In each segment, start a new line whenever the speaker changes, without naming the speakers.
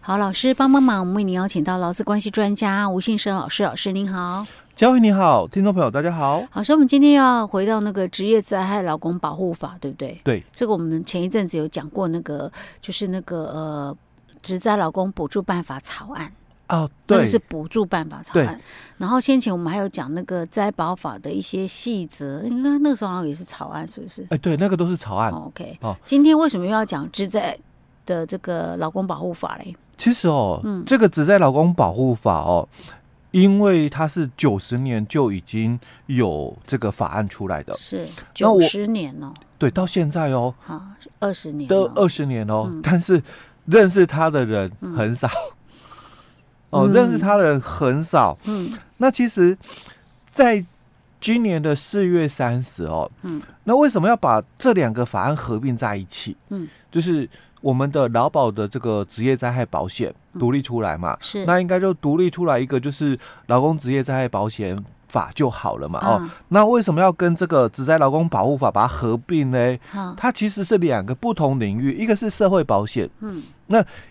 好，老师帮帮忙，我们为您邀请到劳资关系专家吴信生老师，老师您好。
嘉惠你好，听众朋友大家好。
好，所以我们今天要回到那个职业灾害劳工保护法，对不对？
对，
这个我们前一阵子有讲过，那个就是那个呃职灾劳工补助办法草案，
啊，
哦那
对
个，是补助办法草案。然后先前我们还有讲那个灾保法的一些细则，应该那个时候好像也是草案，是不是？
哎，对，那个都是草案。
哦 OK，、
哦
今天为什么又要讲职灾的这个劳工保护法嘞？
其实哦，
嗯
这个《职在劳工保护法》哦，因为它是九十年就已经有这个法案出来的，
是
哦那
九
我
十年哦、
对，到现在哦，
啊，嗯二十年
都
了
二十年哦，但是认识他的人很少。哦，
嗯
认识他的人很少。
嗯
那其实，在今年的四月三十哦，
嗯，
那为什么要把这两个法案合并在一起？
嗯，
就是我们的劳保的这个职业灾害保险独立出来嘛，
嗯是
那应该就独立出来一个就是劳工职业灾害保险法就好了嘛。哦，
嗯
那为什么要跟这个职灾劳工保护法把它合并呢？
好
它其实是两个不同领域，一个是社会保险，
嗯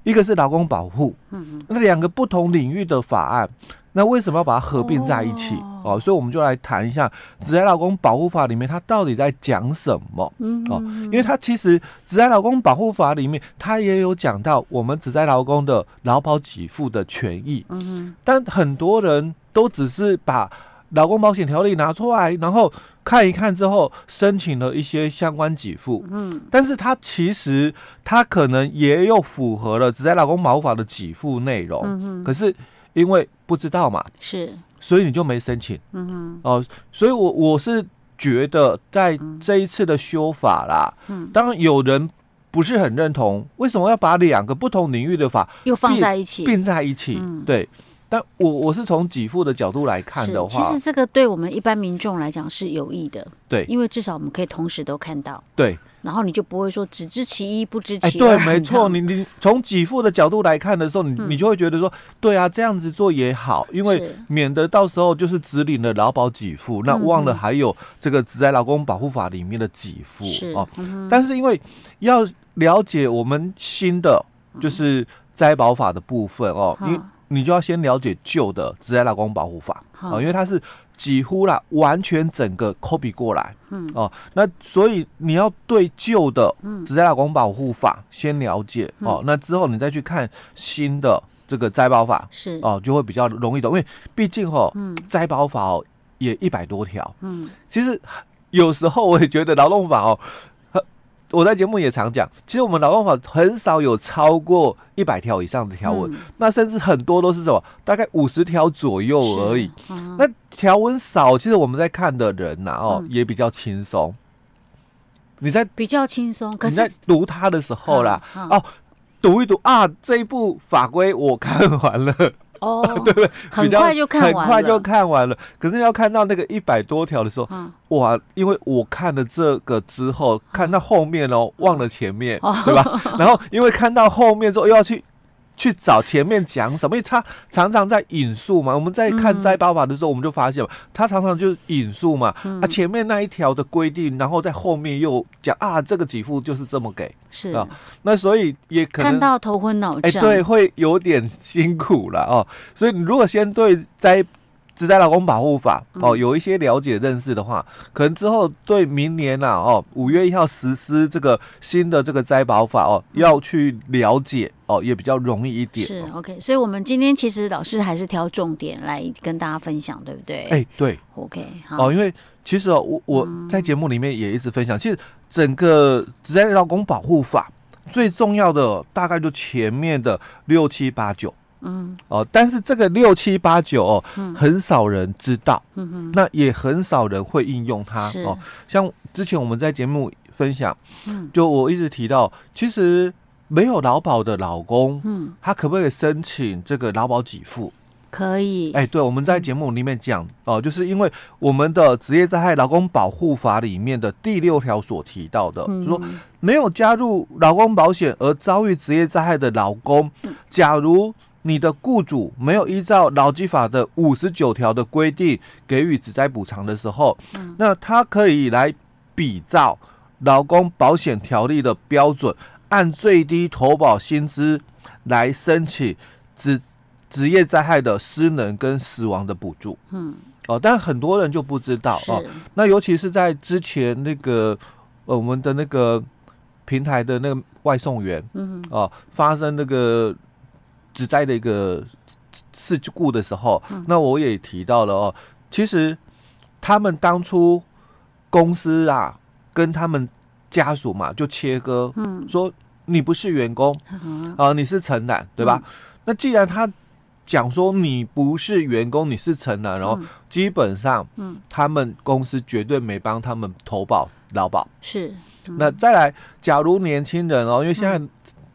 一个是劳工保护，
嗯嗯
那两个不同领域的法案，那为什么要把它合并在一起？
哦
哦，所以我们就来谈一下《职业劳工保护法》里面它到底在讲什么。
嗯
哦
嗯
因为它其实《职业劳工保护法》里面，它也有讲到我们职业劳工的劳保给付的权益，
嗯哼
但很多人都只是把劳工保险条例拿出来，然后看一看之后，申请了一些相关给付。
嗯
但是它其实它可能也有符合了《只在劳工保护法》的给付内容，
嗯哼
可是因为不知道嘛，
是
所以你就没申请
嗯哼
哦、所以我我是觉得在这一次的修法啦，
嗯
当然有人不是很认同，为什么要把两个不同领域的法
又放
并
在一起
并在一起？
嗯
对，但我我是从给付的角度来看
是
的
其
话
实，这个对我们一般民众来讲是有益的，
对
因为至少我们可以同时都看到，
对，
然后你就不会说只知其一不知
哎，
其
对
二，，
没错，
这样嗯
你 你从给付的角度来看的时候，你你就会觉得说，对啊，这样子做也好，因为
是
免得到时候就是只领了劳保给付，那
嗯
忘了
嗯
还有这个《职在劳工保护法》里面的给付
是
哦。
嗯哼
但是因为要了解我们新的就是灾保法的部分哦，
嗯好
你你就要先了解旧的《职在劳工保护法》啊、
好
因为它是几乎啦完全整个 copy 过来，嗯哦，那所以你要对旧的
嗯
《职在劳工保护法》先了解、哦，那之后你再去看新的这个灾保法
是
哦，就会比较容易懂，因为毕竟哦，灾保法哦也一百多条，
嗯
其实有时候我也觉得劳动法哦，呃我在节目也常讲，其实我们劳动法很少有超过一百条以上的条文，
嗯
那甚至很多都是什么，大概五十条左右
是
而已。
嗯
那条文少，其实我们在看的人呐、哦，也比较轻松。你在
比较轻松，可
你
是
在读它的时候啦，
嗯嗯
哦，读一读啊，这一部法规我看完了，
哦， 很
比较
快就看完了，
很快就看完了。可是你要看到那个一百多条的时候，
嗯
哇，因为我看了这个之后，看到后面哦，忘了前面，
嗯哦
对吧？然后因为看到后面之后，又要去去找前面讲什么，因为他常常在引述嘛。我们在看
嗯
《斋爸爸》的时候，我们就发现嘛，他常常就是引述嘛，
嗯
啊，前面那一条的规定，然后在后面又讲啊，这个给付就是这么给，
是
啊那所以也可
看
能。
到头昏脑
哎、
胀，
对，会有点辛苦了哦。所以你如果先对灾职灾劳工保护法哦
嗯
有一些了解认识的话，可能之后对明年呐、啊、哦五月一号实施这个新的这个灾保法哦
嗯
要去了解哦也比较容易一点。
是
哦
OK，所以我们今天其实老师还是挑重点来跟大家分享，对不对？
哎、对
OK，好，
哦，因为其实哦我我
嗯
在节目里面也一直分享，其实整个职灾劳工保护法最重要的哦大概就前面的六七八九。
嗯
哦，但是这个六七八九哦，很少人知道，
嗯哼，
那也很少人会应用它
是
哦。像之前我们在节目分享，
嗯
就我一直提到，其实没有劳保的老公，
嗯，
他可不可以申请这个劳保给付？
可以，
哎、对，我们在节目里面讲哦、就是因为我们的职业灾害劳工保护法里面的第六条所提到的，就
嗯
是说没有加入劳工保险而遭遇职业灾害的劳工，假如你的雇主没有依照劳基法的五十九条的规定给予职灾补偿的时候，那他可以来比照劳工保险条例的标准，按最低投保薪资来申请职职业灾害的失能跟死亡的补助
嗯，
哦，但很多人就不知道
是
哦。那尤其是在之前那个呃我们的那个平台的那个外送员
嗯
哦发生那个职灾的一个事故的时候，
嗯
那我也提到了哦，其实他们当初公司啊跟他们家属嘛就切割，
嗯
说你不是员工
嗯
啊、你是承揽，对吧？那既然他讲说你不是员工，你是承揽，然后
嗯
基本上
嗯
他们公司绝对没帮他们投保劳保。
是嗯
那再来，假如年轻人哦，因为现在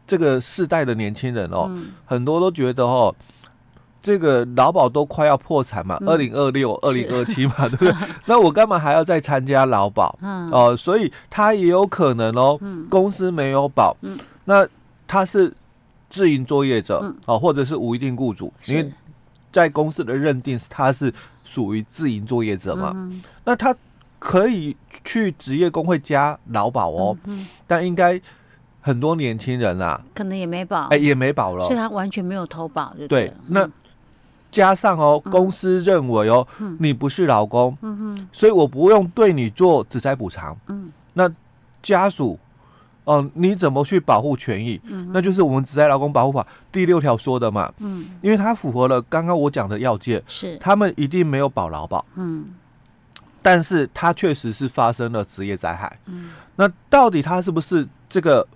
这个世代的年轻人哦，
嗯
很多都觉得哦，这个劳保都快要破产嘛，
嗯
二零二六、二零 二七嘛，对不对？那我干嘛还要再参加劳保？
嗯
哦、所以他也有可能哦，
嗯
公司没有保，
嗯
那他是自营作业者哦、
嗯
或者是无一定雇主，因为
是
在公司的认定他是属于自营作业者嘛，
嗯
那他可以去职业工会加劳保哦，
嗯
但应该很多年轻人啦、
可能也没保，
哎、也没保了
所以，他完全没有投保，对不
对
了，
那。加上哦，公司认为哦，你不是劳工，
嗯嗯
所以我不用对你做职灾补偿。
嗯，
那家属，哦、你怎么去保护权益？那就是我们《职灾劳工保护法》第六条说的嘛，
嗯
因为它符合了刚刚我讲的要件，
是
他们一定没有保劳保，
嗯
但是它确实是发生了职业灾害。
嗯
那到底他是不是这个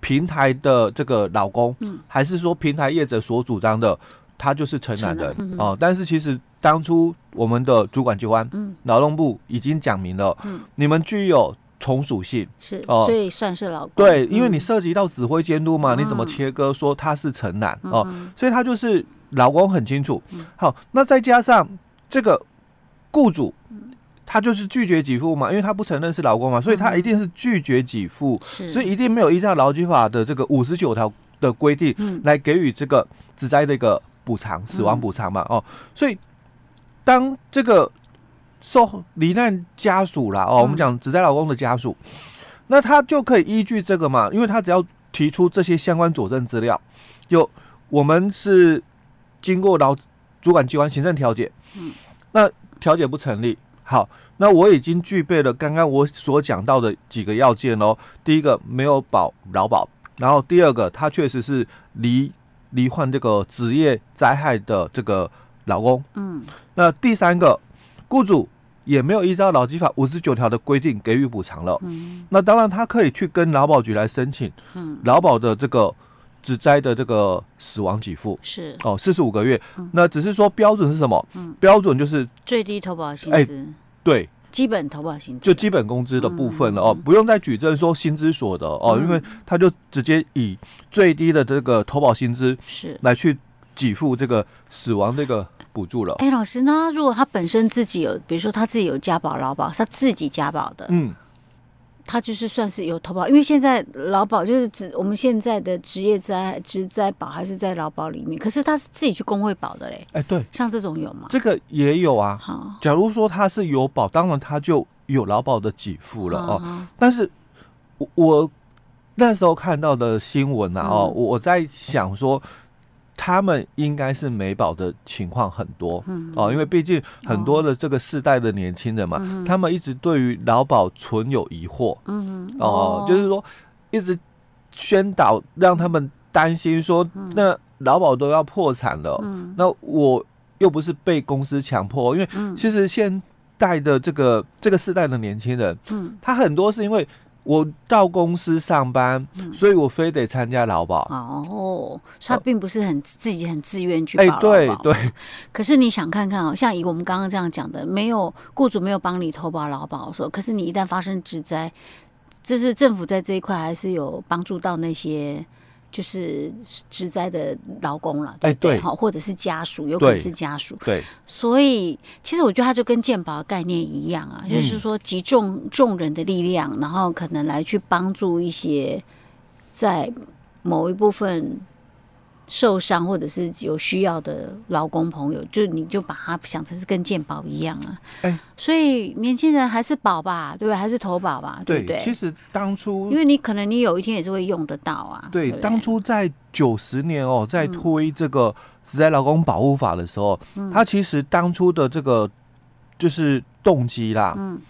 平台的这个老公，
嗯
还是说平台业者所主张的他就是承揽人
承揽嗯
哦？但是其实当初我们的主管机关
嗯
劳动部已经讲明了，
嗯
你们具有从属性。
是，
哦
所以算是老公
对，因为你
嗯
涉及到指挥监督嘛，
嗯
你怎么切割说他是承揽
嗯
哦？
嗯
所以他就是老公很清楚
嗯。
好，那再加上这个雇主，
嗯
他就是拒绝给付嘛，因为他不承认是老公嘛，所以他一定是拒绝给付，
是，
所以一定没有依照劳基法的这个五十九条的规定
嗯
来给予这个职灾的一个补偿、死亡补偿嘛，哦，所以当这个受罹难家属啦，哦，我们
嗯
讲职灾老公的家属，那他就可以依据这个嘛，因为他只要提出这些相关佐证资料，有我们是经过劳主管机关行政调解，
嗯，
那调解不成立，好。那我已经具备了刚刚我所讲到的几个要件哦。第一个没有保劳保，然后第二个他确实是罹罹患这个职业灾害的这个老公。
嗯
那第三个，雇主也没有依照劳基法五十九条的规定给予补偿了。
嗯
那当然，他可以去跟劳保局来申请
嗯
劳保的这个职灾的这个死亡给付
是
哦，四十五个月
嗯。
那只是说标准是什么
嗯？
标准就是
最低投保薪
哎
资，
对，
基本投保薪资
就基本工资的部分了哦，不用再举证说薪资所得哦，
嗯
因为他就直接以最低的这个投保薪资
是。
来去给付这个死亡这个补助了。
哎，老师，那如果他本身自己有，比如说他自己有加保劳保，是他自己加保的，
嗯，
他就是算是有投保，因为现在劳保就是指我们现在的职业灾职灾保还是在劳保里面，可是他是自己去工会保的嘞，
哎、对，
像这种有吗？
这个也有啊。
好，
假如说他是有保，当然他就有劳保的给付了哦。
哦，
但是我我那时候看到的新闻啊，哦，
嗯
我我在想说，他们应该是没保的情况很多，
嗯哦
哦，因为毕竟很多的这个世代的年轻人嘛，
嗯
他们一直对于劳保存有疑惑，
嗯，
哦，就是说一直宣导让他们担心说，那劳保都要破产了，
嗯
那我又不是被公司强迫，因为
嗯
其实现代的这个这个世代的年轻人，
嗯
他很多是因为我到公司上班，所以我非得参加劳保。
嗯哦，所以他并不是很自己很自愿去保
哎、
劳保，
对对，
可是你想看看哦，像以我们刚刚这样讲的，没有雇主没有帮你投保劳保的时候，可是你一旦发生职灾，就是政府在这一块还是有帮助到那些就是职灾的劳工了，对
哎
不对
对
好，或者是家属，有可能
对
是家属。
对，
所以其实我觉得它就跟健保的概念一样啊，
嗯
就是说集众众人的力量，然后可能来去帮助一些在某一部分受伤或者是有需要的劳工朋友，就你就把它想成是跟健保一样啊。
哎
所以年轻人还是保吧，对不对？还是投保吧，对不对？
其实当初
因为你可能你有一天也是会用得到啊。
对，
不嗯
当初在九十年哦，在推这个职业劳工保护法的时候，它其实当初的这个就是动机啦，
嗯，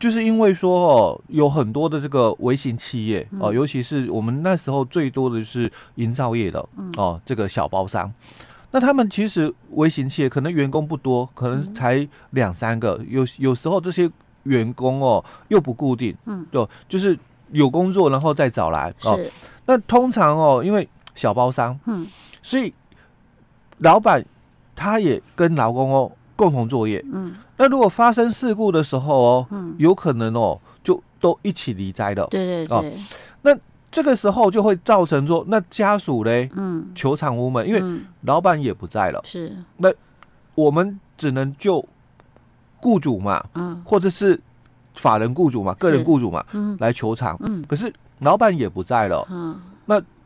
就是因为说哦，有很多的这个微型企业哦、
嗯
尤其是我们那时候最多的是营造业的
嗯
哦，这个小包商。那他们其实微型企业可能员工不
嗯
多，可能才两三个，有有时候这些员工哦又不固定，
嗯，
对，就是有工作然后再找来哦，
是，
那通常哦，因为小包商，
嗯
所以老板他也跟劳工哦共同作业。
嗯，
那如果发生事故的时候哦，
嗯
有可能哦就都一起离灾了。
对对
哦
对，
这个时候就会造成说，那家属嘞
嗯，
求偿无门，因为
嗯
老板也不在了，
是，
我们只能就雇主嘛，
嗯
或者是法人雇主嘛、个人雇主嘛
嗯
来求偿。
嗯
可是老板也不在了，
嗯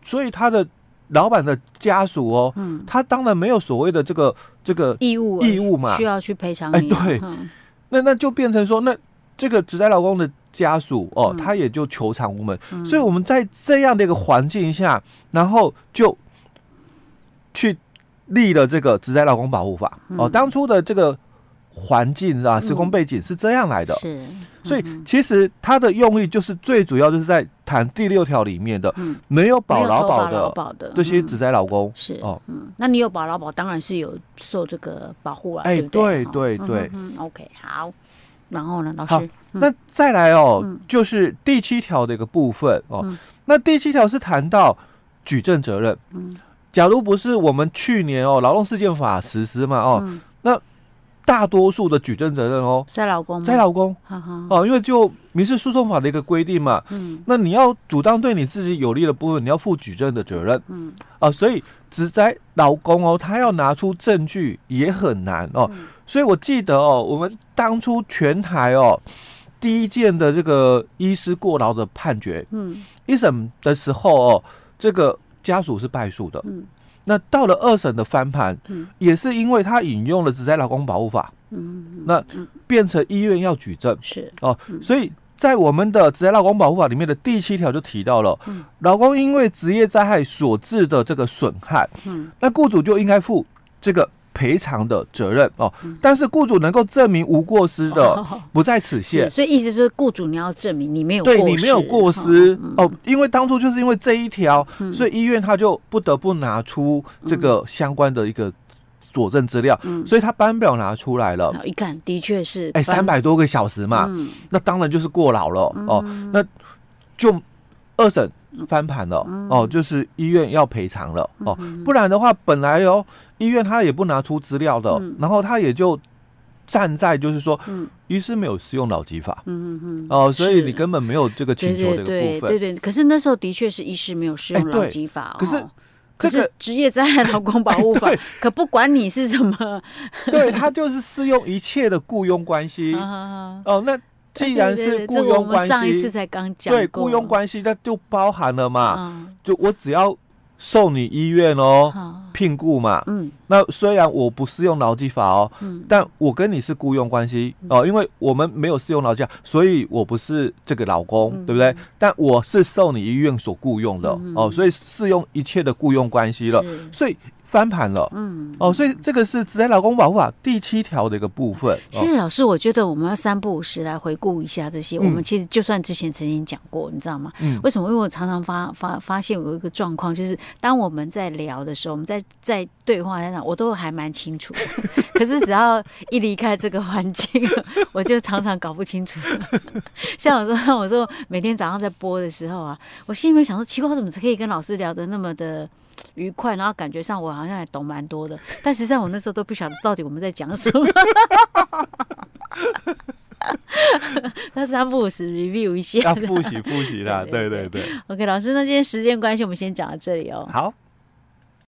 所以他的老板的家属哦，
嗯，
他当然没有所谓的这个这个
义务啊
义务嘛
需，要去赔偿
哎
你啊。
对
嗯
那那就变成说，那这个只在老公的家属哦，
嗯
他也就求偿无门。
嗯
所以我们在这样的一个环境下，然后就去立了这个《只在老公保护法》哦，
嗯
当初的这个环境啊，时空
嗯
背景是这样来的。
是，
所以
嗯
其实它的用意就是最主要就是在谈第六条里面的
嗯，
没有
没
保
有
劳
投
保
劳
的
保的
这些
嗯
只在老公。
是
哦
嗯，那你有保劳保，当然是有受这个保护啊，
哎
对不对？
对
哈
对
嗯嗯嗯，OK，好。然后呢，老
好
师，嗯
那再来哦，
嗯
就是第七条的一个部分哦。
嗯
那第七条是谈到举证责任。
嗯
假如不是我们去年哦劳动事件法实施嘛哦，
嗯，
大多数的举证责任哦
在老公吗？
在老公
哈哈，
哦，因为就民事诉讼法的一个规定嘛，
嗯
那你要主张对你自己有利的部分，你要负举证的责任
嗯
啊、所以只在老公哦，他要拿出证据也很难哦。
嗯
所以我记得哦，我们当初全台哦第一件的这个医师过劳的判决，
嗯
一审的时候哦，这个家属是败诉的。
嗯
那到了二审的翻盘，
嗯
也是因为他引用了《只在劳工保护法
嗯，
那
嗯》，
变成医院要举证
是
哦
嗯。
所以在我们的《职业劳工保护法》里面的第七条就提到了
嗯，
劳工因为职业灾害所致的这个损害，
嗯
那雇主就应该负这个赔偿的责任哦
嗯。哦
但是雇主能够证明无过失的，不在此限
是，。所以意思就是雇主你要证明你没有
对
过
你没有
失
过
哈
失
嗯
哦，因为当初就是因为这一条，
嗯
所以医院他就不得不拿出这个相关的一个佐证资料，
嗯
所以他班表拿出来了，
好哦一看的确是
哎、
翻
三百多个小时嘛，
嗯
那当然就是过劳了、哦，
嗯
那就二审翻盘了、
嗯
哦，就是医院要赔偿了哦，不然的话，本来哦医院他也不拿出资料的，
嗯
然后他也就站在就是说，
嗯
医师没有适用劳基法。
嗯嗯嗯
哦，所以你
是
根本没有这个请
对对
求的一个
对
部
对
分。
对，可是那时候的确是医师没有适
哎
用劳
对
基法哦，
可是
可
这个
是职业灾害劳工保护法
对
可不管你是 什么，
对，它就是适用一切的雇佣关系。
啊
哦，那 既然是
对对对这
雇
个我
佣
们
关
上一次
系，
才刚讲
对
过
雇佣关系，那就包含了嘛，
啊，
就我只要受你医院哦
好，
聘雇嘛。
嗯
那虽然我不适用劳基法哦，
嗯
但我跟你是雇佣关系哦，因为我们没有适用劳基法，所以我不是这个老公，
嗯
对不对？但我是受你医院所雇佣的、
嗯嗯
哦，所以适用一切的雇佣关系了，
是
所以翻盘了。
嗯。
哦，所以这个是《职业劳工保护法》第七条的一个部分。
其
哦，
实老师，我觉得我们要三不五时来回顾一下这些。我们其实就算之前曾经讲过，你知道吗？
嗯
为什么？因为我常常发发发现有一个状况，就是当我们在聊的时候，我们在在对话在讲，我都还蛮清楚的。可是只要一离开这个环境，我就常常搞不清楚。像我说，像我说，每天早上在播的时候啊，我心里面想说，奇怪，我怎么可以跟老师聊得那么的愉快？然后感觉上我好像也懂蛮多的，但实际上我那时候都不晓得到底我们在讲什么。那三不五时 review 一下
要复习复习啦，
对 对
对对对，
OK，老师，那今天时间关系，我们先讲到这里哦。
好。